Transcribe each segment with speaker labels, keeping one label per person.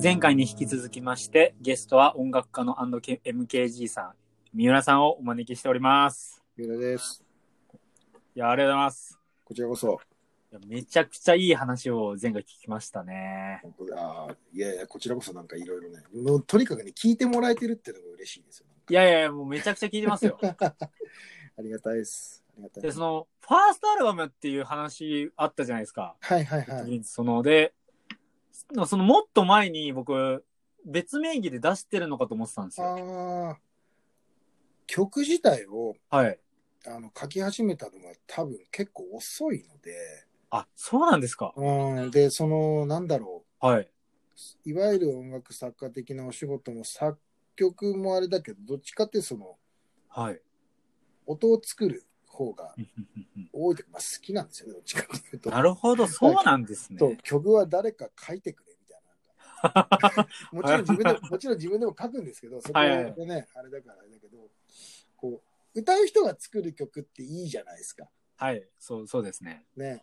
Speaker 1: 前回に引き続きまして、ゲストは音楽家の &MKG さん、三浦さんをお招きしております。
Speaker 2: 三浦です。
Speaker 1: いや、ありがとうございます。
Speaker 2: こちらこそ。
Speaker 1: いやめちゃくちゃいい話を前回聞きましたね。
Speaker 2: 本当ああ、いやいや、こちらこそなんかいろいろね。もうとにかくね、聞いてもらえてるっていうのが嬉しいですよ。
Speaker 1: いやいやいや、もうめちゃくちゃ聞いてます よ。
Speaker 2: ありがたいです。ありがたい
Speaker 1: で、
Speaker 2: です。
Speaker 1: その、ファーストアルバムっていう話あったじゃないですか。
Speaker 2: はいはいはい。
Speaker 1: その、で、その、もっと前に僕、別名義で出してるのかと思ってたんですよ。
Speaker 2: ああ、曲自体を
Speaker 1: はい。
Speaker 2: あの書き始めたのが多分結構遅いので、
Speaker 1: あ、そうなんですか。
Speaker 2: うん、で、その、なんだろ
Speaker 1: はい。
Speaker 2: う、いわゆる音楽作家的なお仕事も作曲もあれだけど、どっちかってその、
Speaker 1: はい。
Speaker 2: 音を作る方が多いというか、まあ、好きなんですよね、どっちかっていう と。
Speaker 1: なるほど、そうなんですね。
Speaker 2: そう曲は誰か書いてくれみたい な。もちろん自分でも、もちろん自分でも書くんですけど、そこはね、あれだからあれだけど、こう、歌う人が作る曲っていいじゃないですか。
Speaker 1: はい、そう、そうですね。
Speaker 2: ね。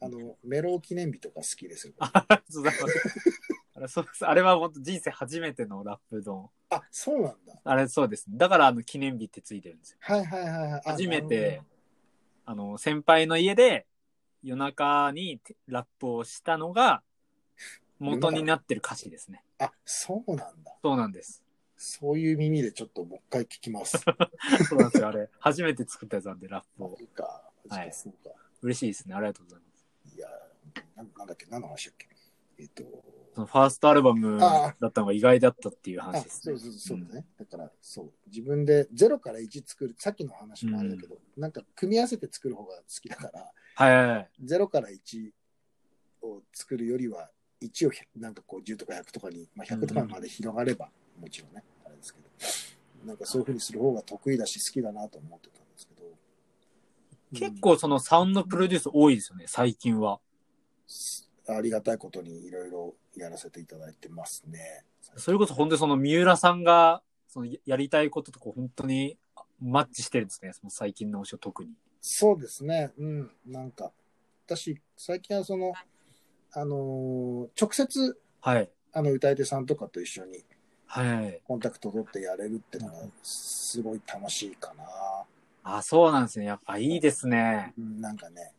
Speaker 2: あの、メロ記念日とか好きですよ。あ
Speaker 1: ありがとうございますあれそうですあれは本当人生初めてのラップの、
Speaker 2: そうなんだ。
Speaker 1: あれそうですね。だからあの記念日ってついてるんですよ。
Speaker 2: はいはいはいはい。あ
Speaker 1: 初め
Speaker 2: なる
Speaker 1: て、あの、先輩の家で夜中にてラップをしたのが元になってる歌詞ですね。
Speaker 2: ほどあ、そうなんだ。
Speaker 1: そうなんです。
Speaker 2: そういう耳でちょっともう一回聞 きます。そ
Speaker 1: そうなんですよ、あれ。初めて作ったやつなんで、ラップを。
Speaker 2: うか。マジ
Speaker 1: はい
Speaker 2: かそうか。
Speaker 1: 嬉しいですね。ありがとうございます。
Speaker 2: いや、なんなんだっけ、何の話だっけ。えっと、
Speaker 1: そのファーストアルバムだったのが意外だったっていう話
Speaker 2: あ
Speaker 1: です
Speaker 2: そ
Speaker 1: ね
Speaker 2: う。そうそうだね、だからそう自分で0から1作るさっきの話もあれだけど、なんか組み合わせて作る方が好きだから
Speaker 1: はいはいはい。
Speaker 2: 0から1を作るよりは1をひゃなんかこう10とか100とかに、まあ、100とかまで広がれば、もちろんねあれですけどなんかそういうふうにする方が得意だし好きだなと思ってたんですけど
Speaker 1: 結構そのサウンドプロデュース多いですよね、最近は。
Speaker 2: うんありがたいことにいろいろやらせていただいてますね
Speaker 1: それこそ本当にその三浦さんがそのややりたいこととか本当にマッチしてるんですね、その最近のお仕事特に。
Speaker 2: そうですね、うん、なんか、私、最近はその、あのー直接、
Speaker 1: はい。
Speaker 2: あの、歌い手さんとかと一緒に
Speaker 1: はい。
Speaker 2: コンタクト取ってやれるってのが、すごい楽しいかな。
Speaker 1: あ、そうなんですね。やっぱいいですね。
Speaker 2: うん、なんかね、やっ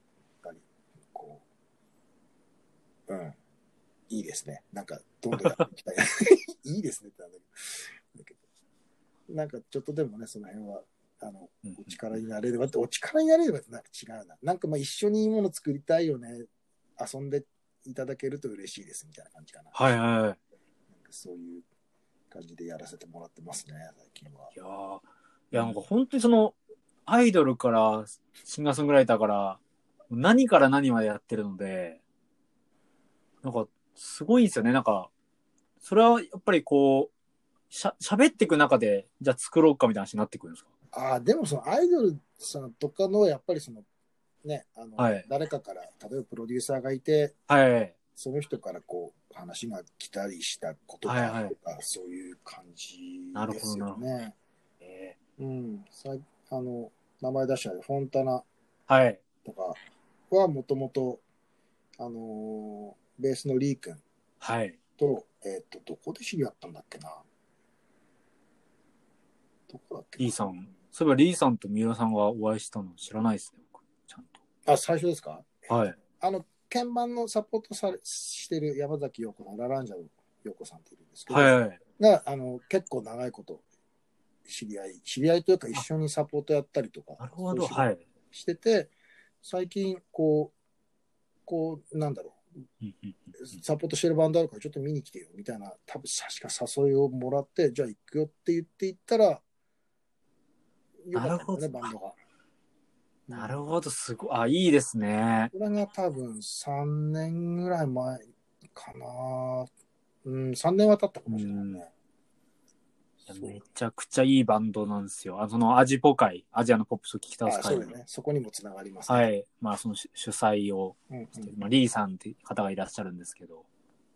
Speaker 2: ぱり、こう、うん、いいですね。なんか、どんどんやっていきたい。いいですねってなんだけどだけど、なんかちょっとでもね、その辺は、あの、
Speaker 1: うん
Speaker 2: お力になれればって、お力になれればってなんか違うな。なんかまあ一緒にいいもの作りたいよね。遊んでいただけると嬉しいですみたいな感じかな。
Speaker 1: はいはい。
Speaker 2: なんかそういう感じでやらせてもらってますね、最近は。
Speaker 1: いやーいやなんか本当にそのアイドルからシンガーソングライターから何から何までやってるのでなんかすごいんですよねなんかそれはやっぱりこうしゃ喋っていく中でじゃあ作ろうかみたいな話になってくるんですか
Speaker 2: ああ、でもそのアイドルさんとかの、やっぱりその、ね、あの、
Speaker 1: はい
Speaker 2: 誰かから、例えばプロデューサーがいて、
Speaker 1: はい
Speaker 2: その人からこう、話が来たりしたこととか、
Speaker 1: はいはい
Speaker 2: そういう感じ
Speaker 1: なる
Speaker 2: で
Speaker 1: ほど
Speaker 2: す
Speaker 1: なる
Speaker 2: よ
Speaker 1: ほど
Speaker 2: ね。
Speaker 1: え
Speaker 2: うん、さいあの名前出したフォンタナ
Speaker 1: ーはい
Speaker 2: とかはもともと、あのーベースのリー君
Speaker 1: はい
Speaker 2: と、えっ、と、どこで知り合ったんだっけな。どこだっけな
Speaker 1: リーさんそういえばリーさんと三浦さんがお会いしたの知らないですね僕ちゃん
Speaker 2: あ、最初ですか
Speaker 1: とはい
Speaker 2: あの、鍵盤のサポートされしてる山崎陽子さん、ラランジャの陽子さんっていうんですけど、
Speaker 1: はいはい
Speaker 2: があの結構長いこと知り合い、知り合いというか一緒にサポートやったりとか、
Speaker 1: なるほど
Speaker 2: そういう仕事
Speaker 1: はい
Speaker 2: してて、最近、こう、こう、なんだろ
Speaker 1: うんうんうん
Speaker 2: う、サポートしてるバンドあるからちょっと見に来てよ、みたいな、多分確か誘いをもらって、じゃあ行くよって言って行ったら、よか
Speaker 1: な
Speaker 2: ったんだね、
Speaker 1: るほど
Speaker 2: バンドが。
Speaker 1: な
Speaker 2: ほ
Speaker 1: るほどすごいあいいですね
Speaker 2: ど。これが多分3年ぐらい前かな。うん、3年は経ったかもしれないね。
Speaker 1: いや
Speaker 2: そう
Speaker 1: めちゃくちゃいいバンドなんですよ。あそのアジポ会、アジアのポップスを聞き倒す
Speaker 2: あそ
Speaker 1: 会
Speaker 2: うだよね。そこにもつながりますね。
Speaker 1: はい。まあその主主催を
Speaker 2: うんうん
Speaker 1: してる、まあ、リーさんって方がいらっしゃるんですけど、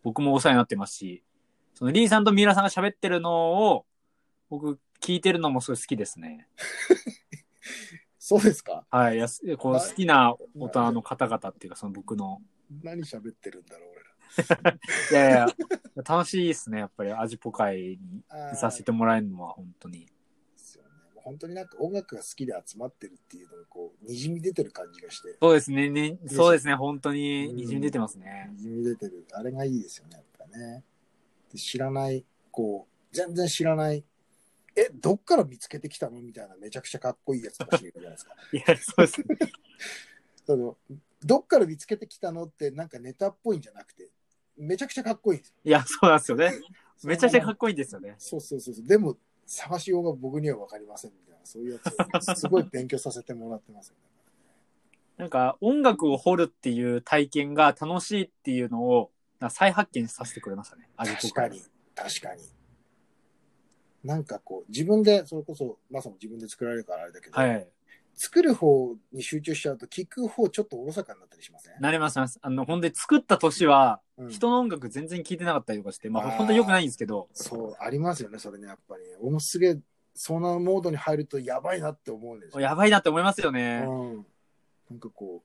Speaker 1: 僕もお世話になってますし、そのリーさんと三浦さんが喋ってるのを、僕聞いてるのもすごい好きですね。
Speaker 2: そうですか
Speaker 1: はい。いやすこう
Speaker 2: はい
Speaker 1: 好きな大人の方々っていうか、その僕の、
Speaker 2: 何喋ってるんだろう、俺ら。
Speaker 1: いやいや、 楽しいですね、やっぱり、味ぽかいに
Speaker 2: あ
Speaker 1: い
Speaker 2: ー
Speaker 1: させてもらえるのは、本当に。
Speaker 2: ですよね。もう本当になんか音楽が好きで集まってるっていうのがこう、にじみ出てる感じがして、
Speaker 1: そうですねね、
Speaker 2: しょ
Speaker 1: そうですね、本当に
Speaker 2: うん
Speaker 1: 滲み出てますね
Speaker 2: に。じみ出てる、あれがいいですよね、やっぱね。で知らない、こう、全然知らない、え、どっから見つけてきたのみたいな、めちゃくちゃかっこいいやつとか知るじゃないですか。
Speaker 1: いや、そうですね。
Speaker 2: そのどっから見つけてきたのって、なんかネタっぽいんじゃなくて、めちゃくちゃかっこいいんですよ。
Speaker 1: いや、そうなんですよね。めちゃくちゃか
Speaker 2: っこい
Speaker 1: っこいい
Speaker 2: い
Speaker 1: んですよね。
Speaker 2: そうそうそうそう。でも、探しようが僕には分かりませんみたいな、そういうやつをすごい勉強させてもらってますよね。
Speaker 1: なんか、音楽を掘るっていう体験が楽しいっていうのを、なんか再発見させてくれましたね。味ぽ
Speaker 2: 確
Speaker 1: か
Speaker 2: か
Speaker 1: い
Speaker 2: に。、確かに。なんかこう、自分で、それこそ、まさも自分で作られるからあれだけど、
Speaker 1: はい。
Speaker 2: 作る方に集中しちゃうと、聞く方ちょっとおろそかになったりしません、
Speaker 1: なれますなれます。あの、本当に作った年は、
Speaker 2: うん
Speaker 1: 人の音楽全然聴いてなかったりとかして、まあ、
Speaker 2: あー
Speaker 1: 本当に良くないんですけど、
Speaker 2: そう、ありますよね、それね、やっぱり、ね。俺もすげえ、そのモードに入ると、やばいなって思うんですよ。
Speaker 1: やばいなって思いますよね。
Speaker 2: うん。なんかこ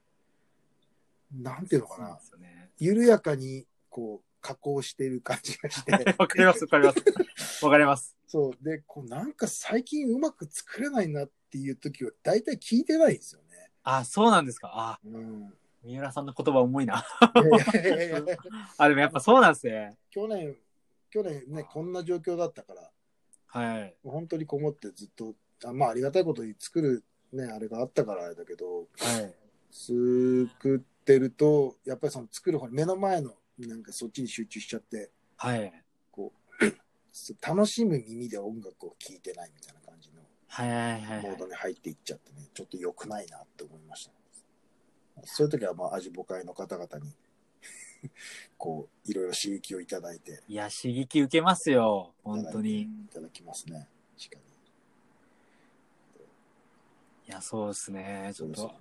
Speaker 2: う、なんていうのか
Speaker 1: そうなん
Speaker 2: な
Speaker 1: で、すよね。
Speaker 2: 緩やかに、こう、加工してる感じがして、
Speaker 1: わかります、わかります。わかります。
Speaker 2: そう。で、こう、なんか最近うまく作れないなっていう時は、大体聞いてないんですよね。
Speaker 1: あ、そうなんですか。あ、
Speaker 2: うん。
Speaker 1: 三浦さんの言葉重いな。
Speaker 2: いやいやいやいや
Speaker 1: あ、でもやっぱそうなんですね。
Speaker 2: 去年、去年ね、こんな状況だったから、
Speaker 1: はい。
Speaker 2: 本当にこもってずっと、あまあ、ありがたいことに作るね、あれがあったからあれだけど、
Speaker 1: はい。
Speaker 2: 作ってると、やっぱりその作る方に、目の前の、なんかそっちに集中しちゃって、
Speaker 1: はい。
Speaker 2: そう 楽しむ耳で音楽を聴いてないみたいな感じの
Speaker 1: はいはいはいは
Speaker 2: モー
Speaker 1: い。
Speaker 2: ドに入っていっちゃってね、ちょっと良くないなって思いました。そういう時は、まあ、味母会の方々に、 こう、いろいろ刺激をいただいて、
Speaker 1: いや、刺激受けますよ。本当に。
Speaker 2: いただきますね。確かに。
Speaker 1: いや、そうですね。ち
Speaker 2: そ
Speaker 1: ょっ
Speaker 2: うです
Speaker 1: と
Speaker 2: よ。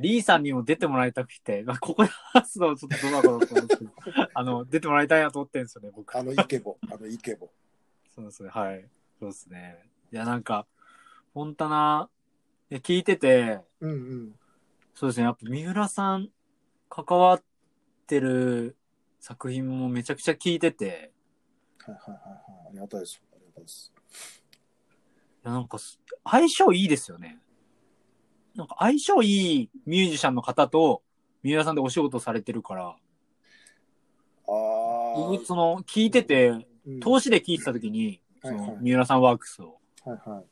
Speaker 1: リーさんにも出てもらいたくて、まあ、ここで話すのはちょっとどうなのかなと思うんです けど、あの、出てもらいたいなと思ってるんですよね、僕。
Speaker 2: あのイケボ、あのイケボ。
Speaker 1: そうですね、はい。そうですね。いや、なんか、フォンタナ、いや聞いてて、
Speaker 2: うんうん。
Speaker 1: そうですね、やっぱ三浦さん関わってる作品もめちゃくちゃ聞いてて、
Speaker 2: はいはいはいはい。ありがたいです。ありがたいです。
Speaker 1: いや、なんかす、相性いいですよね。なんか相性いいミュージシャンの方と、三浦さんでお仕事されてるから、
Speaker 2: ああ。
Speaker 1: 僕、その、聞いてて、
Speaker 2: うん
Speaker 1: 投資で聞いてた時に、
Speaker 2: は
Speaker 1: そ
Speaker 2: いはい
Speaker 1: の、三浦さんワークスを。
Speaker 2: はいはい。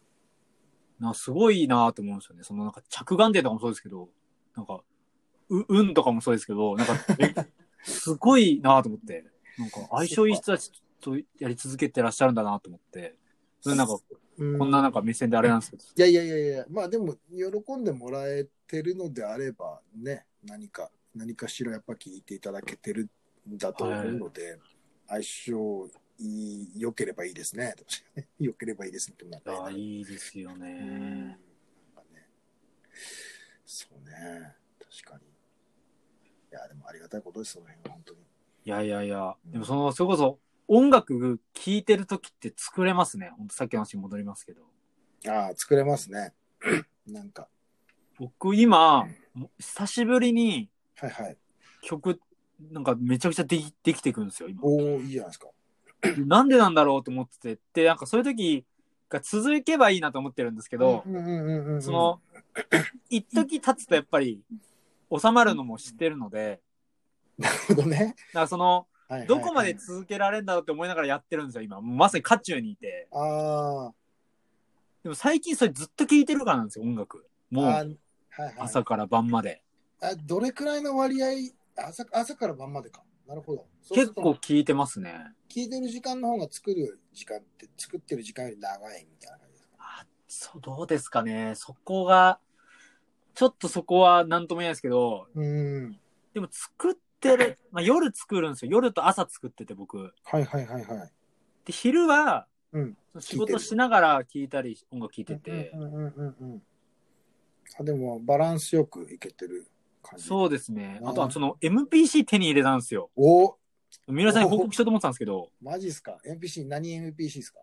Speaker 1: なんかすごいなと思うんですよね。そのなんか着眼点とかもそうですけど、なんか、う、運とかもそうですけど、なんか、 えすごいなと思って、なんか相性いい人たちとやり続けてらっしゃるんだなと思って、それなんか、こんななんか目線であれなんですけど、
Speaker 2: いやいやいやいや、まあでも、喜んでもらえてるのであれば、ね、何か、何かしらやっぱ聞いていただけてるんだと思うので、相性いい、良ければいいですね。良ければいいですねってなっ
Speaker 1: い
Speaker 2: た
Speaker 1: やいいですよ
Speaker 2: うんなん
Speaker 1: ね。
Speaker 2: かね。そうね。確かに。いや、でもありがたいことです、その辺は本当に。
Speaker 1: いやいやいや、でもその、それこそ、音楽聴いてる時って作れますね。ほんとさっきの話に戻りますけど。
Speaker 2: ああ、作れますね。 なんか。
Speaker 1: 僕今、も久しぶりに
Speaker 2: はいはい。
Speaker 1: 曲、なんかめちゃくちゃできできてくるんですよ、今。
Speaker 2: おおいいじゃないですか。
Speaker 1: なんでなんだろうと思ってて、で、なんかそういう時が続けばいいなと思ってるんですけど、
Speaker 2: うんうんうんうんうん
Speaker 1: そ、 の、一時経つとやっぱり収まるのも知ってるので、
Speaker 2: なるほどね。
Speaker 1: だからその、
Speaker 2: はいはいはい
Speaker 1: どこまで続けられるんだろうって思いながらやってるんですよ、今。もうまさに渦中にいて。
Speaker 2: あ
Speaker 1: でも最近それずっと聴いてるからなんですよ、音楽。
Speaker 2: あ、
Speaker 1: も
Speaker 2: ああは
Speaker 1: う
Speaker 2: いはい。
Speaker 1: 朝から晩まで。
Speaker 2: あどれくらいの割合朝、朝から晩までか。なるほど。そうす
Speaker 1: 結
Speaker 2: ると
Speaker 1: 構。聴いてますね。
Speaker 2: 聞いてる時間の方が作る時間って、作ってる時間より長いみたいな感じですか。
Speaker 1: あ、そう、どうですかね。そこが、ちょっとそこは何とも言えないですけど、
Speaker 2: うん。
Speaker 1: でも作って る、まあ、夜作るんですよ。夜と朝作ってて僕。
Speaker 2: はいはいはいはい。
Speaker 1: で、昼は、
Speaker 2: うん
Speaker 1: 仕事しながら聴いたり、音楽聴いてて、
Speaker 2: うんうんうんうんうんあでもバランスよくいけてる感じ
Speaker 1: そう
Speaker 2: う
Speaker 1: ですね。
Speaker 2: うん
Speaker 1: あとはその MPC 手に入れたんですよ。
Speaker 2: お
Speaker 1: 三浦さんに報告しようと思ってたんですけど、
Speaker 2: マジっすか MPC 何 MPC ですか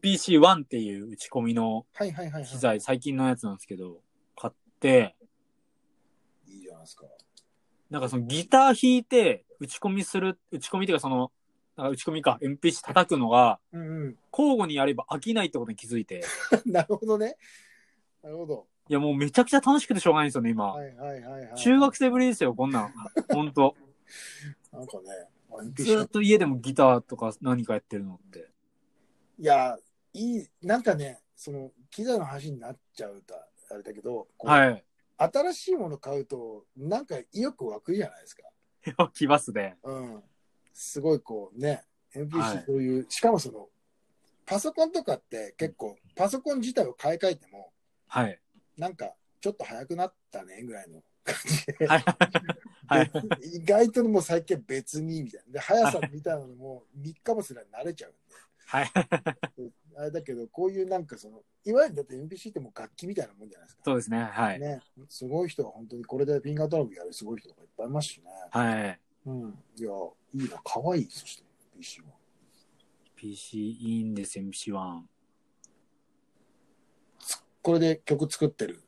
Speaker 1: MPC1 っていう打ち込みの
Speaker 2: はいはいはい、はい、
Speaker 1: 機材、最近のやつなんですけど、買って、
Speaker 2: いいじゃないですか
Speaker 1: なんかそのギター弾いて、打ち込みする、打ち込みっていうかその、なんか打ち込みか、鉛筆叩くのが、
Speaker 2: うんうん。
Speaker 1: 交互にやれば飽きないってことに気づいて、
Speaker 2: なるほどね。なるほど。
Speaker 1: いやもうめちゃくちゃ楽しくてしょうがないんですよね、今。
Speaker 2: はいはいはいはい。
Speaker 1: 中学生ぶりですよ、こん なん。ほんと。
Speaker 2: なんかね、
Speaker 1: ずーっと家でもギターとか何かやってるのって。
Speaker 2: いや、いい、なんかね、その、機材の話になっちゃうと、あれだけど、こう
Speaker 1: はい。
Speaker 2: 新しいもの買うと、なんか意欲湧くじゃないですか。
Speaker 1: きますね。
Speaker 2: うん。すごいこうね、
Speaker 1: は
Speaker 2: MPC
Speaker 1: い
Speaker 2: そういう、しかもその、パソコンとかって結構、パソコン自体を買い替えても、
Speaker 1: はい。
Speaker 2: なんか、ちょっと早くなったね、ぐらいの感じで。
Speaker 1: はい。はい。
Speaker 2: 別意外ともう最近別に、みたいな。で、速さみたいなのも3日もすら慣れちゃうんで。
Speaker 1: はい。
Speaker 2: あれだけど、こういうなんかその、いわゆるだって MPC ってもう楽器みたいなもんじゃないですか。
Speaker 1: そうですね。はい。
Speaker 2: ね、すごい人は本当にこれでフィンガードラムやるすごい人とかいっぱいいますしね。
Speaker 1: はい。
Speaker 2: うん。いや、いいな、可愛いそして、PC は。
Speaker 1: PC いいんです、MC1。
Speaker 2: これで曲作ってる。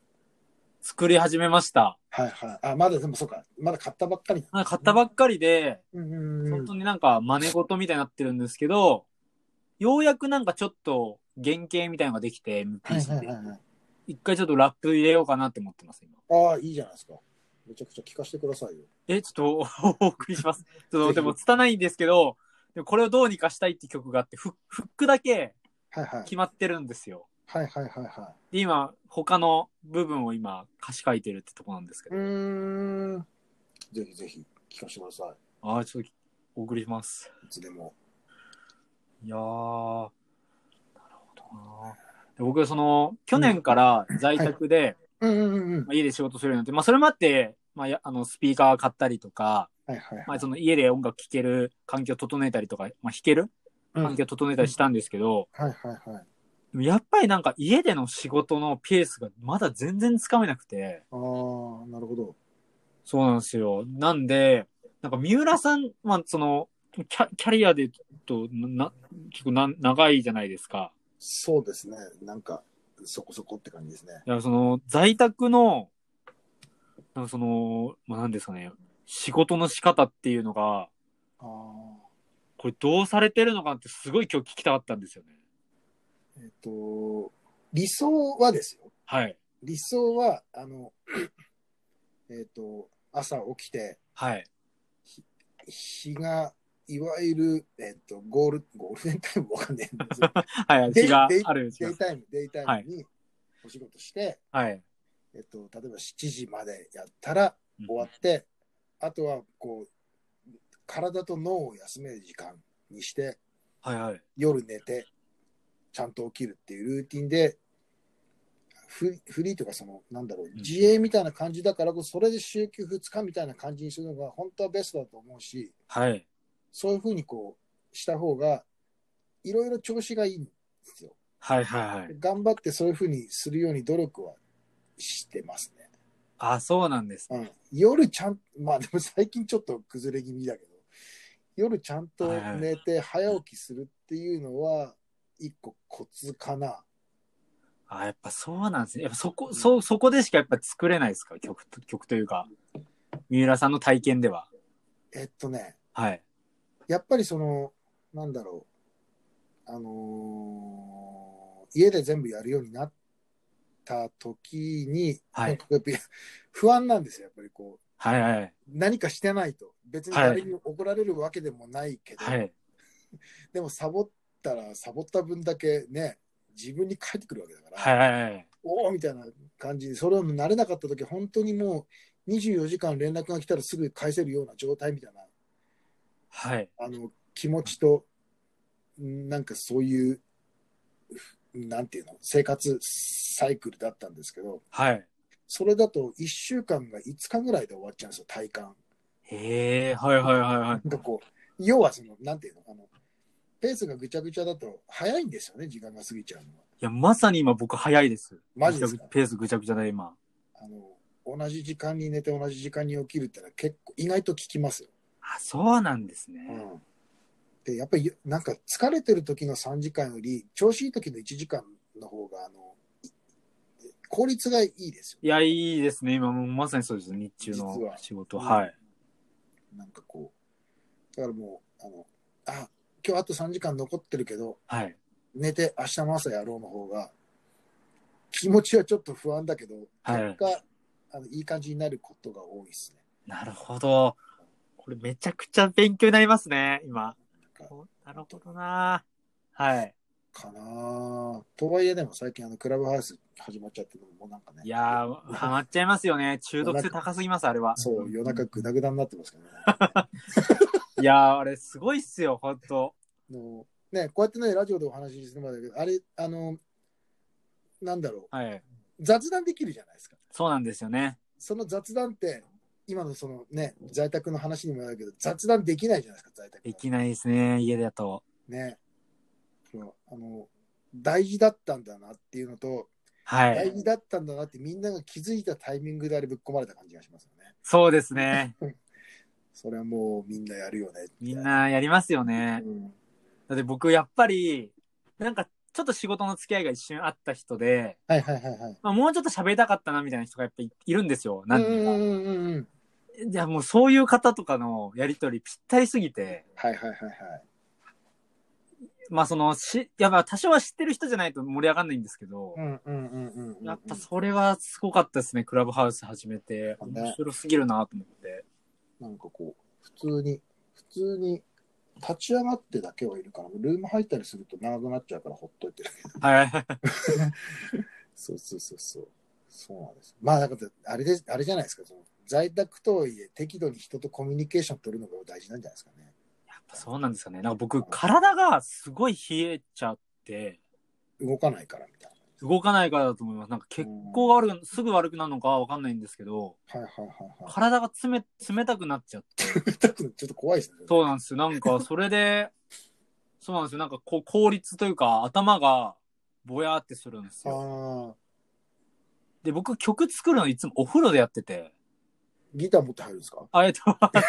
Speaker 1: 作り始めました。
Speaker 2: はいはい。あ、まだでもそうか、まだ買ったばっかり
Speaker 1: なんか買ったばっかりで、
Speaker 2: うんうんう
Speaker 1: 本
Speaker 2: ん
Speaker 1: 当。になんか真似事みたいになってるんですけど、ようやくなんかちょっと原型みたいなのができて、
Speaker 2: はい
Speaker 1: MPC
Speaker 2: は
Speaker 1: っ
Speaker 2: い
Speaker 1: て。
Speaker 2: はいはい。
Speaker 1: 一回ちょっとラップ入れようかなって思ってます、今。
Speaker 2: ああ、いいじゃないですか。めちゃくちゃ聞かせてくださいよ。
Speaker 1: え、ちょっとお お送りします。ちょっ
Speaker 2: ぜ
Speaker 1: と
Speaker 2: ひ
Speaker 1: でも、つたないんですけど、でもこれをどうにかしたいって曲があって、フフックだけ
Speaker 2: はいはい。
Speaker 1: 決まってるんですよ。
Speaker 2: はいはいはいは
Speaker 1: で、今、他の部分を今、歌詞書いてるってとこなんですけ
Speaker 2: い。
Speaker 1: ど。
Speaker 2: うーん。ぜひぜひ聞かせてくださ
Speaker 1: ああ、ちょっとお送りします。
Speaker 2: い。いつでも。
Speaker 1: いやー、なるほどな。で僕はその、去年から在宅で、
Speaker 2: うんうんうん。
Speaker 1: まあ、家で仕事するようになって、まあ、それもあって、まあ、やあの、スピーカー買ったりとか、
Speaker 2: はいはいはい。
Speaker 1: まあ、その家で音楽聴ける環境整えたりとか、まあ、弾ける
Speaker 2: うんは
Speaker 1: 環
Speaker 2: い
Speaker 1: 境整えたりしたんですけど、
Speaker 2: はいはい。
Speaker 1: でもやっぱりなんか家での仕事のペースがまだ全然つかめなくて、
Speaker 2: ああ、なるほど。
Speaker 1: そうなんですよ。なんで、なんか三浦さん、まあ、その、キャキャリアで言うと、な、結構な、長いじゃないですか。
Speaker 2: そうですね。なんか、そこそこって感じですね。
Speaker 1: いや、その、在宅の、なんかその、まあ、なんですかね、仕事の仕方っていうのが、
Speaker 2: ああ。
Speaker 1: これどうされてるのかなってすごい今日聞きたかったんですよね。
Speaker 2: えっと、理想はですよ。
Speaker 1: はい。
Speaker 2: 理想は、あの、 えっと、朝起きて、
Speaker 1: はい。
Speaker 2: 日が、いわゆる、えっと、ゴール、ゴールデンタイムわかんねえんですよ
Speaker 1: はい。
Speaker 2: で
Speaker 1: 血が
Speaker 2: で
Speaker 1: ある違
Speaker 2: デイ
Speaker 1: う。
Speaker 2: タイム、デイタイムにお仕事して、
Speaker 1: はい。
Speaker 2: えっと、例えば7時までやったら
Speaker 1: うん
Speaker 2: 終わって、あとは、こう、体と脳を休める時間にして、
Speaker 1: はいはい。
Speaker 2: 夜寝て、ちゃんと起きるっていうルーティンで、フフリーとかその、なんだろう、自営みたいな感じだからこそ、それで週休2日みたいな感じにするのが本当はベストだと思うし、
Speaker 1: はい。
Speaker 2: そういうふうにこう、した方が、いろいろ調子がいいんですよ。
Speaker 1: はいはいはい。
Speaker 2: 頑張ってそういうふうにするように努力はしてますね。
Speaker 1: あ、そうなんです。
Speaker 2: うん。夜ちゃん、まあでも最近ちょっと崩れ気味だけど、夜ちゃんと寝て早起きするっていうのは、一個コツかな。
Speaker 1: あ、やっぱそうなんですね。やっぱそこ、そ、そこでしかやっぱ作れないですか曲と、曲というか、三浦さんの体験では。
Speaker 2: えっとね、
Speaker 1: はい。
Speaker 2: やっぱりその、なんだろう、あのー家で全部やるようになった時に、
Speaker 1: はい
Speaker 2: なんかやっぱ不安なんですよ、やっぱりこう、
Speaker 1: はいはい。
Speaker 2: 何かしてないと。別に誰に怒られるわけでもないけど、
Speaker 1: はい。
Speaker 2: でもサボったら、サボった分だけね、自分に返ってくるわけだから、
Speaker 1: はいはいはい。
Speaker 2: おおみたいな感じで、それを慣れなかった時、本当にもう24時間連絡が来たらすぐ返せるような状態みたいな
Speaker 1: はい。
Speaker 2: あの気持ちと、んなんかそういう、なんていうの、生活サイクルだったんですけど、
Speaker 1: はい。
Speaker 2: それだと1週間が5日ぐらいで終わっちゃうんですよ、体感。
Speaker 1: へえ、はいはいはいは
Speaker 2: ないん。かこう、要はその、なんていうの、あの、ペースがぐちゃぐちゃだと早いんですよね、時間が過ぎちゃうの
Speaker 1: い
Speaker 2: は。
Speaker 1: や、まさに今僕早いです。
Speaker 2: マジですか
Speaker 1: ぐちゃぐペースぐちゃぐちゃだ、今。
Speaker 2: あの、同じ時間に寝て同じ時間に起きるってのは結構意外と効きますよ。
Speaker 1: あ、そうなんですね。
Speaker 2: うんで、やっぱりなんか疲れてる時の3時間より、調子いい時の1時間の方が、あの、い効率がいいです
Speaker 1: いや、いいですね。今もうまさにそうです。日中
Speaker 2: 実
Speaker 1: の
Speaker 2: は
Speaker 1: 仕事。
Speaker 2: うん
Speaker 1: はい。
Speaker 2: よ。なんかこう、だからもう、あの、あ、今日あと3時間残ってるけど、
Speaker 1: はい。
Speaker 2: 寝て明日の朝やろうの方が、気持ちはちょっと不安だけど、
Speaker 1: はい
Speaker 2: 結果、あのいい感じになることが多いですね。
Speaker 1: なるほど。これめちゃくちゃ勉強になりますね、今。
Speaker 2: なんか、
Speaker 1: なるほどなはい。
Speaker 2: かなぁとはいえでも最近あの、クラブハウス始まっちゃってるのもなんかね。
Speaker 1: いやー、ハマっちゃいますよね。中毒性高すぎます、あれは。
Speaker 2: そう、夜中ぐだぐだになってますけどね。
Speaker 1: いやー、あれすごいっすよ、ほんと。
Speaker 2: あの ね、こうやってね、ラジオでお話しするまでだけど、あれ、あの、なんだろ
Speaker 1: はい。
Speaker 2: う、雑談できるじゃないですか。
Speaker 1: そうなんですよね。
Speaker 2: その雑談って、今のそのね、在宅の話にもなるけど、雑談できないじゃないですか、在宅
Speaker 1: できないですね、家だと。
Speaker 2: ね。そうあの、大事だったんだなっていうのと、
Speaker 1: は
Speaker 2: 大
Speaker 1: い。
Speaker 2: 事だったんだなってみんなが気づいたタイミングであれぶっ込まれた感じがしますよね。
Speaker 1: そうですね。
Speaker 2: それはもうみんなやるよね。
Speaker 1: みん。なやりますよ
Speaker 2: う
Speaker 1: ね。
Speaker 2: ん。
Speaker 1: だって僕、やっぱり、なんか、ちょっと仕事の付き合いが一瞬あった人で、
Speaker 2: はいはいはいはい。
Speaker 1: まあ、もうちょっと喋りたかったな、みたいな人がやっぱいいるんですよ、何
Speaker 2: うん
Speaker 1: 人か。
Speaker 2: うんうんうん。
Speaker 1: いや、もうそういう方とかのやりとりぴったりすぎて、
Speaker 2: はいはいはいはい。
Speaker 1: まあその、し、やっぱ多少は知ってる人じゃないと盛り上がんないんですけど、
Speaker 2: うんうんうんうんうんうん。
Speaker 1: やっぱそれはすごかったですね、クラブハウス始めて。
Speaker 2: ね
Speaker 1: 面白すぎるなと思って。
Speaker 2: なんかこう、普通に、普通に立ち上がってだけはいるから、ルーム入ったりすると長くなっちゃうからほっといてる。
Speaker 1: はい。
Speaker 2: そうそうそうそう。そうなんです。まあ、だから、あれで、あれじゃないですか、その在宅とはいえ適度に人とコミュニケーション取るのが大事なんじゃないですかね。
Speaker 1: そうなんですかね。なんか僕、体がすごい冷えちゃって、
Speaker 2: 動かないからみたい
Speaker 1: 動かないからだと思います。なんか血行が悪く、すぐ悪くなるのかはわかんないんですけど、
Speaker 2: な。はいはいはいはい。
Speaker 1: 体が冷、冷たくなっちゃって。
Speaker 2: 冷たくなちょっと怖いですね。
Speaker 1: そうなんですよ。なんか、それで、そうなんですよ。なんか、こう、効率というか、頭が、ぼやーってするんですよ。
Speaker 2: ああ、
Speaker 1: で、僕、曲作るのいつもお風呂でやってて、
Speaker 2: ギター持って入るんですか
Speaker 1: あ、えっと、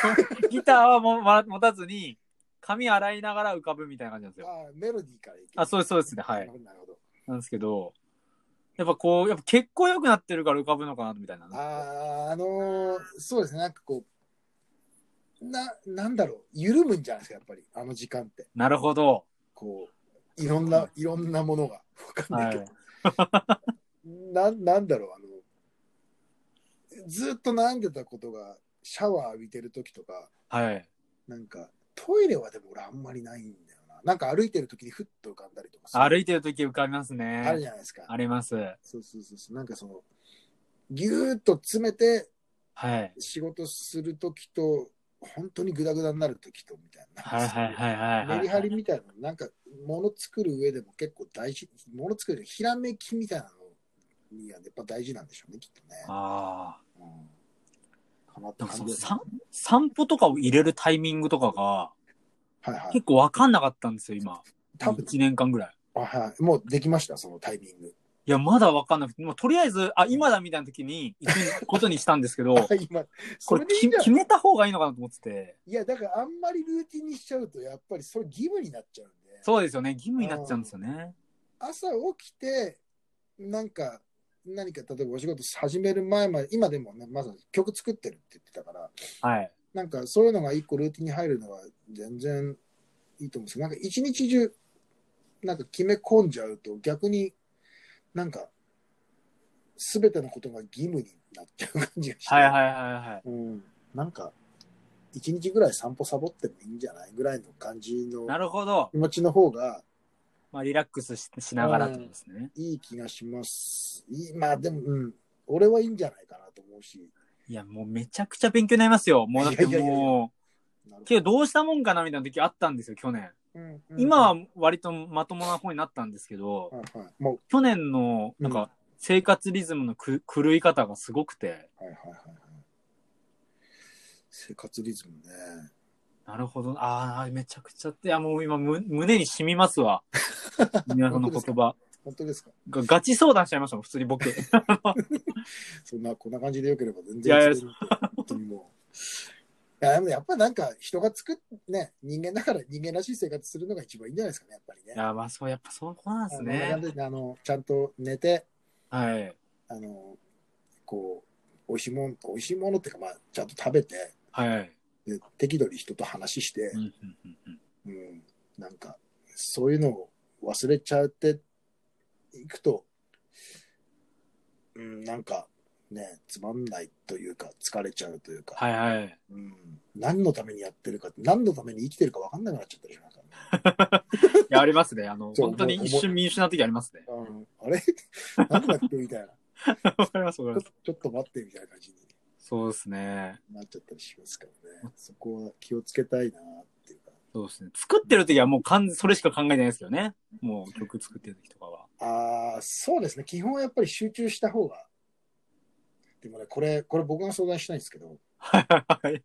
Speaker 1: ギターはも、ま、持たずに、髪洗いながら浮かぶみたいな感じなんですよ。
Speaker 2: ああ、メロディーからいける
Speaker 1: あそうですそうですねはい
Speaker 2: なるほどなるほど。
Speaker 1: なんですけど、やっぱこう、やっぱ結構良くなってるから浮かぶのかな、みたいな。
Speaker 2: ああ、あのーそうですね、なんかこう、な、なんだろう、緩むんじゃないですか、やっぱり、あの時間って。
Speaker 1: なるほど。
Speaker 2: こう、いろんな、いろんなものが、わかんな
Speaker 1: はい
Speaker 2: け
Speaker 1: い
Speaker 2: ど、。な、なんだろう、あの、ずっと悩んでたことが、シャワー浴びてる時とか、
Speaker 1: はい。
Speaker 2: なんか、トイレはでも俺あんまりないんだよな。なんか歩いてる時にふっと浮かんだりとかする
Speaker 1: 歩いてる時浮かびます
Speaker 2: あるじ
Speaker 1: ね。
Speaker 2: ゃないですか。
Speaker 1: あります。
Speaker 2: そうそうそうそう。なんかその、ぎゅーっと詰めて
Speaker 1: はい。
Speaker 2: 仕事する時と、本当にグダグダになる時と、みたいな。
Speaker 1: はいはいはいはいはい。
Speaker 2: メリハリみたいなの、なんか、もの作る上でも結構大事、もの作るひらめきみたいなのにはやっぱ大事なんでしょうね、きっとね。
Speaker 1: ああ。
Speaker 2: うん、かなって
Speaker 1: なんかそ
Speaker 2: 感
Speaker 1: の
Speaker 2: じ
Speaker 1: 散散歩とかを入れるタイミングとかが
Speaker 2: はいはい。
Speaker 1: 結構わかんなかったんですよ、今。
Speaker 2: 多分
Speaker 1: 1年間ぐらい。
Speaker 2: あはい、もうできました、そのタイミング。
Speaker 1: いや、まだわかんなくて、もうとりあえず、あ、今だみたいな時に行くことにしたんですけど、
Speaker 2: あ 今、
Speaker 1: こ
Speaker 2: そ
Speaker 1: れ
Speaker 2: れでいい
Speaker 1: き
Speaker 2: んじゃ
Speaker 1: 決
Speaker 2: ない
Speaker 1: めた方がいいのかなと思ってて。
Speaker 2: いや、だからあんまりルーティンにしちゃうと、やっぱりそれ義務になっちゃうんで、
Speaker 1: そうですよね。義務になっちゃうんですよね。
Speaker 2: 朝起きて、なんか、何か例えばお仕事始める前まで、今でもね、まず曲作ってるって言ってたから、
Speaker 1: はい。
Speaker 2: なんかそういうのが一個ルーティンに入るのは全然いいと思うんですけど、なんか一日中、なんか決め込んじゃうと逆になんか全てのことが義務になっちゃう感じがして、
Speaker 1: はいはいはいはい。
Speaker 2: うん、なんか一日ぐらい散歩サボってもいいんじゃないぐらいの感じの
Speaker 1: なるほど。
Speaker 2: 気持ちの方が
Speaker 1: まあ、リラックスししながらってことですね。
Speaker 2: いい気がします。いいまあでも、うん、俺はいいんじゃないかなと思うし。
Speaker 1: いや、もうめちゃくちゃ勉強になりますよ。もうだって
Speaker 2: いやいやいやい
Speaker 1: も
Speaker 2: な
Speaker 1: う、
Speaker 2: る
Speaker 1: けどどうしたもんかなみたいな時あったんですよ、去年。
Speaker 2: ほどうんうん
Speaker 1: 今
Speaker 2: は
Speaker 1: は割とまともな方になったんですけど、
Speaker 2: いはい、も
Speaker 1: 去年の、なん
Speaker 2: うん
Speaker 1: か、生活リズムのく狂い方がすごくて、
Speaker 2: う、はいはいはいはい。生活リズムね。
Speaker 1: なるほど。ああ、めちゃくちゃって、いや、もう今、む胸に染みます わ。皆さんの言葉。
Speaker 2: 本当ですか
Speaker 1: がガチ相談しちゃいましたもん、普通に僕。
Speaker 2: そんな、こんな感じでよければ全
Speaker 1: い
Speaker 2: 然
Speaker 1: やいや
Speaker 2: つけるんで本当にもう。いや、でもやっぱなんか人が作っ、ね、人間だから人間らしい生活するのが一番いいんじゃないですかね、やっぱり
Speaker 1: い
Speaker 2: ね。
Speaker 1: や、まあ、そう、やっぱそうなんです
Speaker 2: あの
Speaker 1: ね。
Speaker 2: なんであの、ちゃんと寝て、
Speaker 1: はい。
Speaker 2: あの、こう、美味しいもの、美味しいものっていうか、まあ、ちゃんと食べて、
Speaker 1: はい。
Speaker 2: で適度に人と話して
Speaker 1: う、んうんうんうん
Speaker 2: うん、なんか、そういうのを忘れちゃっていくと、うん、なんかね、つまんないというか、疲れちゃうというか、
Speaker 1: はいはい。
Speaker 2: うん、何のためにやってるか、何のために生きてるか分かんなくなっちゃったりしますからね。
Speaker 1: いや、ありますね。あの、
Speaker 2: そう
Speaker 1: 本当に一瞬見失う時ありますね。
Speaker 2: うん、あれ 何だっけみたいな。
Speaker 1: わかります、わかり
Speaker 2: ちょ
Speaker 1: ます。
Speaker 2: ちょっと待ってみたいな感じに
Speaker 1: そうですね。
Speaker 2: なっちゃったりしますからね。そこは気をつけたいなっていうか。
Speaker 1: そうですね。作ってる時はもう完全、それしか考えてないですよね。もう曲作ってる時とかは。
Speaker 2: ああ、そうですね。基本はやっぱり集中した方が。でもね、これ、これ僕が相談したいんですけど、
Speaker 1: はいはいはい。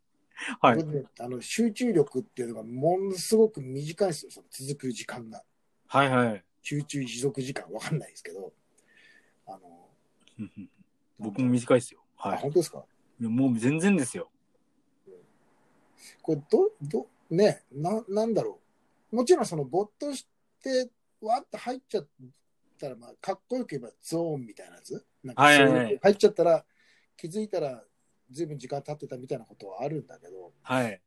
Speaker 1: はい
Speaker 2: こ。れねあの集中力っていうのがものすごく短いんですよ。その続く時間が。
Speaker 1: はいはい。
Speaker 2: 集中持続時間わかんないですけど。あの、
Speaker 1: うんうん僕も短いですよ。
Speaker 2: あ、
Speaker 1: はい。
Speaker 2: 本当ですか
Speaker 1: いやもう全然ですよ。
Speaker 2: これ、ど、ど、ね、な、なんだろう。もちろんその没頭して、わーって入っちゃったら、まあ、かっこよく言えばゾーンみたいなやつなんか
Speaker 1: はい
Speaker 2: そう
Speaker 1: はいいうはい
Speaker 2: 入っちゃったら、気づいたら、ずいぶん時間経ってたみたいなことはあるんだけど、
Speaker 1: はい。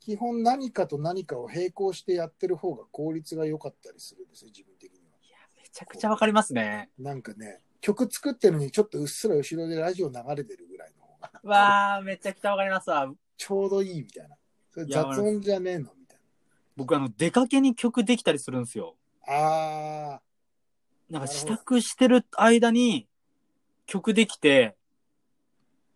Speaker 2: 基本何かと何かを並行してやってる方が効率が良かったりするんですね、自分的には。
Speaker 1: いや、めちゃくちゃわかりますね。
Speaker 2: なんかね、曲作ってるのにちょっとうっすら後ろでラジオ流れてるぐらいの方が、
Speaker 1: わあ、めちゃくちゃわかりますわ。
Speaker 2: ちょうどいいみたいな。それ
Speaker 1: いや
Speaker 2: 雑音じゃねえのみたい
Speaker 1: 僕、あの、出かけに曲できたりするんですよ。
Speaker 2: な。あ
Speaker 1: なんか
Speaker 2: なる
Speaker 1: 支
Speaker 2: ほど
Speaker 1: 度してる間に曲できて、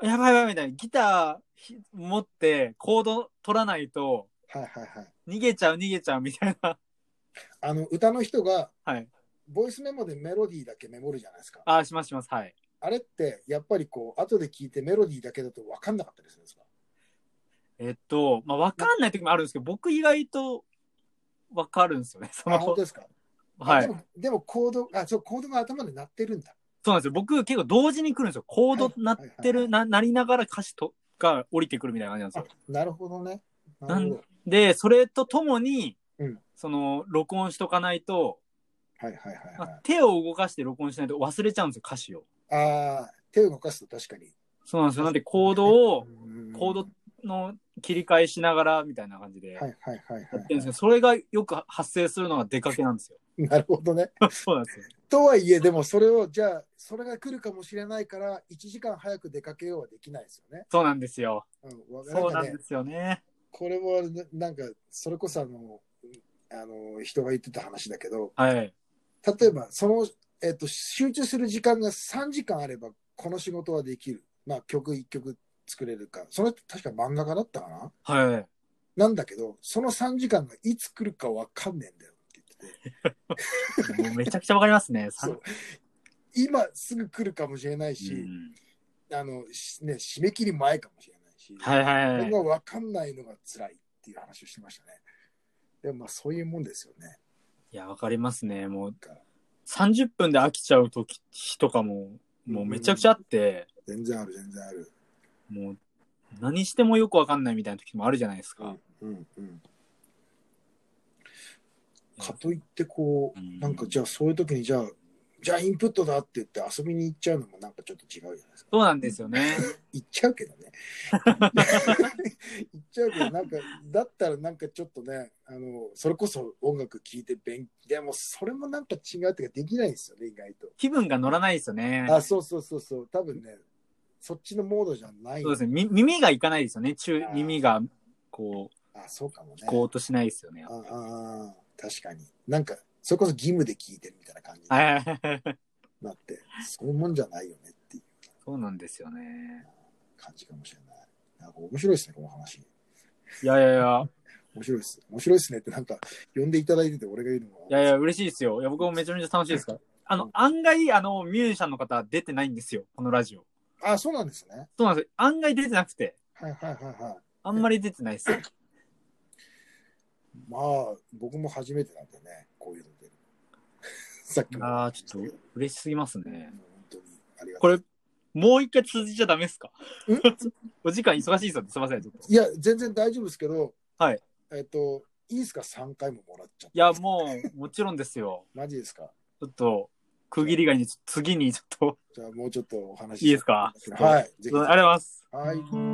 Speaker 1: やばいやばいみたいな、ギターひ持ってコード取らないと、
Speaker 2: ー、はいはいはい。
Speaker 1: 逃げちゃう逃げちゃうみたいな。
Speaker 2: あの、歌の人が、
Speaker 1: はい。
Speaker 2: ボイスメモでメロディーだけメモるじゃないですか。あ
Speaker 1: ああ、しますします。はい。
Speaker 2: れって、やっぱりこう、後で聞いてメロディーだけだと分かんなかったりするんですか
Speaker 1: えっと、まあ、わかんない時もあるんですけど、僕意外とわかるんですよね。そ
Speaker 2: あ、本
Speaker 1: の
Speaker 2: 当、ですか
Speaker 1: はい。
Speaker 2: で
Speaker 1: そう
Speaker 2: も、でもコード、あ、そう、コードが頭で鳴ってるんだ。
Speaker 1: なんですよ。僕結構同時に来るんですよ。コードなって
Speaker 2: はいはいはい
Speaker 1: る、な、なりながら歌詞と、が降りてくるみたいな感じなんです
Speaker 2: あ
Speaker 1: よ。、
Speaker 2: なるほどね。なるほど。
Speaker 1: で、それとともに、
Speaker 2: うん
Speaker 1: その、録音しとかないと、
Speaker 2: はいはいはい、
Speaker 1: ま
Speaker 2: は
Speaker 1: あ
Speaker 2: い。
Speaker 1: 手を動かして録音しないと忘れちゃうんですよ、歌詞を。
Speaker 2: ああ、手を動かすと確かに。
Speaker 1: そうなんですよ。なんで、コードを、
Speaker 2: うん
Speaker 1: コー
Speaker 2: は
Speaker 1: ドの切り替えしながらみたいな感じで
Speaker 2: い
Speaker 1: や
Speaker 2: は
Speaker 1: っ
Speaker 2: いはいはい
Speaker 1: てるんですけど、
Speaker 2: は
Speaker 1: それがよく発生するのが出かけなんですよ。
Speaker 2: い。なるほどね。
Speaker 1: そうなんですよ。
Speaker 2: とはいえ、でもそれを、じゃあ、それが来るかもしれないから、1時間早く出かけようはできないですよね。
Speaker 1: そうなんですよ。
Speaker 2: うん、わ
Speaker 1: そう
Speaker 2: か
Speaker 1: な
Speaker 2: ね
Speaker 1: んですよね。
Speaker 2: これもななんかそれこそあのあの人が言ってた話だけど
Speaker 1: はい。
Speaker 2: 例えばその、えっと集中する時間が3時間あればこの仕事はできる、まあ、曲1曲作れるかその人確か漫画家だったかな
Speaker 1: はい。
Speaker 2: なんだけどその3時間がいつ来るか分かんねえんだよって言ってて
Speaker 1: もうめちゃくちゃわかりますね。さ
Speaker 2: そう今すぐ来るかもしれないし、
Speaker 1: ん
Speaker 2: あのしね、締め切り前かもしれないし、
Speaker 1: はいはい
Speaker 2: そ
Speaker 1: は
Speaker 2: れ
Speaker 1: い。
Speaker 2: が分かんないのが辛いっていう話をしてましたねでもまあそういうもんですよね
Speaker 1: いや、わかりますね。もう
Speaker 2: なんか、
Speaker 1: 30分で飽きちゃう時とかも、もうめちゃくちゃあって、
Speaker 2: 全然ある全然ある
Speaker 1: もう、何してもよくわかんないみたいな時もあるじゃないですか。
Speaker 2: うんうんかといってこう、
Speaker 1: うん
Speaker 2: なんかじゃあそういう時にじゃあじゃあインプットだって言って遊びに行っちゃうのもなんかちょっと違うじゃないですか
Speaker 1: そうなんですよね。
Speaker 2: 行っちゃうけどね行っちゃうけどなんかだったらなんかちょっとねあのそれこそ音楽聴いて勉でもそれもなんか違うっていうかできないんですよね意外と、
Speaker 1: 気分が乗らないですよね。
Speaker 2: あそうそうそうそう多分ねそっちのモードじゃない
Speaker 1: そうですね。み耳がいかないですよね。中
Speaker 2: あー
Speaker 1: 耳が、こ
Speaker 2: あそうかも
Speaker 1: う、
Speaker 2: ね
Speaker 1: 聞こうとしないですよね。
Speaker 2: ああ確かになんかそれこそ義務で聴いてるみたいな感じ
Speaker 1: はいはいはいはい。
Speaker 2: なって、そういうもんじゃないよねっていう
Speaker 1: そうなんですよね。
Speaker 2: 感じかもしれない。なんか面白いですね、この話。
Speaker 1: いやいやいや、
Speaker 2: 面白いです。面白いですねってなんか、呼んでいただいてて俺が言うのも。
Speaker 1: いやいや、嬉しいですよ。いや、僕もめちゃめちゃ楽しいですから。あの、案外、あの、ミュージシャンの方出てないんですよ。このラジオ。
Speaker 2: あ、そうなんですね。
Speaker 1: そうなんですよ。案外出てなくて。
Speaker 2: はいはいはいはい。
Speaker 1: あんまり出てないですよ。
Speaker 2: まあ、僕も初めてなんでね、こういうの で。さっきも
Speaker 1: ああ、ちょっと嬉しすぎます
Speaker 2: うん
Speaker 1: ね
Speaker 2: 本。当にありがと
Speaker 1: こ
Speaker 2: う。
Speaker 1: れ、もう一回続いちゃダメですか
Speaker 2: ん
Speaker 1: お時間忙しいですよね。すいません、ちょっと。い
Speaker 2: いや、全然大丈夫ですけど、
Speaker 1: はい。
Speaker 2: えっと、いいですか ?3 回ももらっちゃって。
Speaker 1: や、もう、もちろんですよ。
Speaker 2: マジですか
Speaker 1: ちょっと、区切りがいいんで、ちょっと次にちょっと。
Speaker 2: じゃあもうちょっとお話し
Speaker 1: いいですか
Speaker 2: はい。
Speaker 1: あ
Speaker 2: ぜひ。
Speaker 1: りがとうございます。
Speaker 2: はい。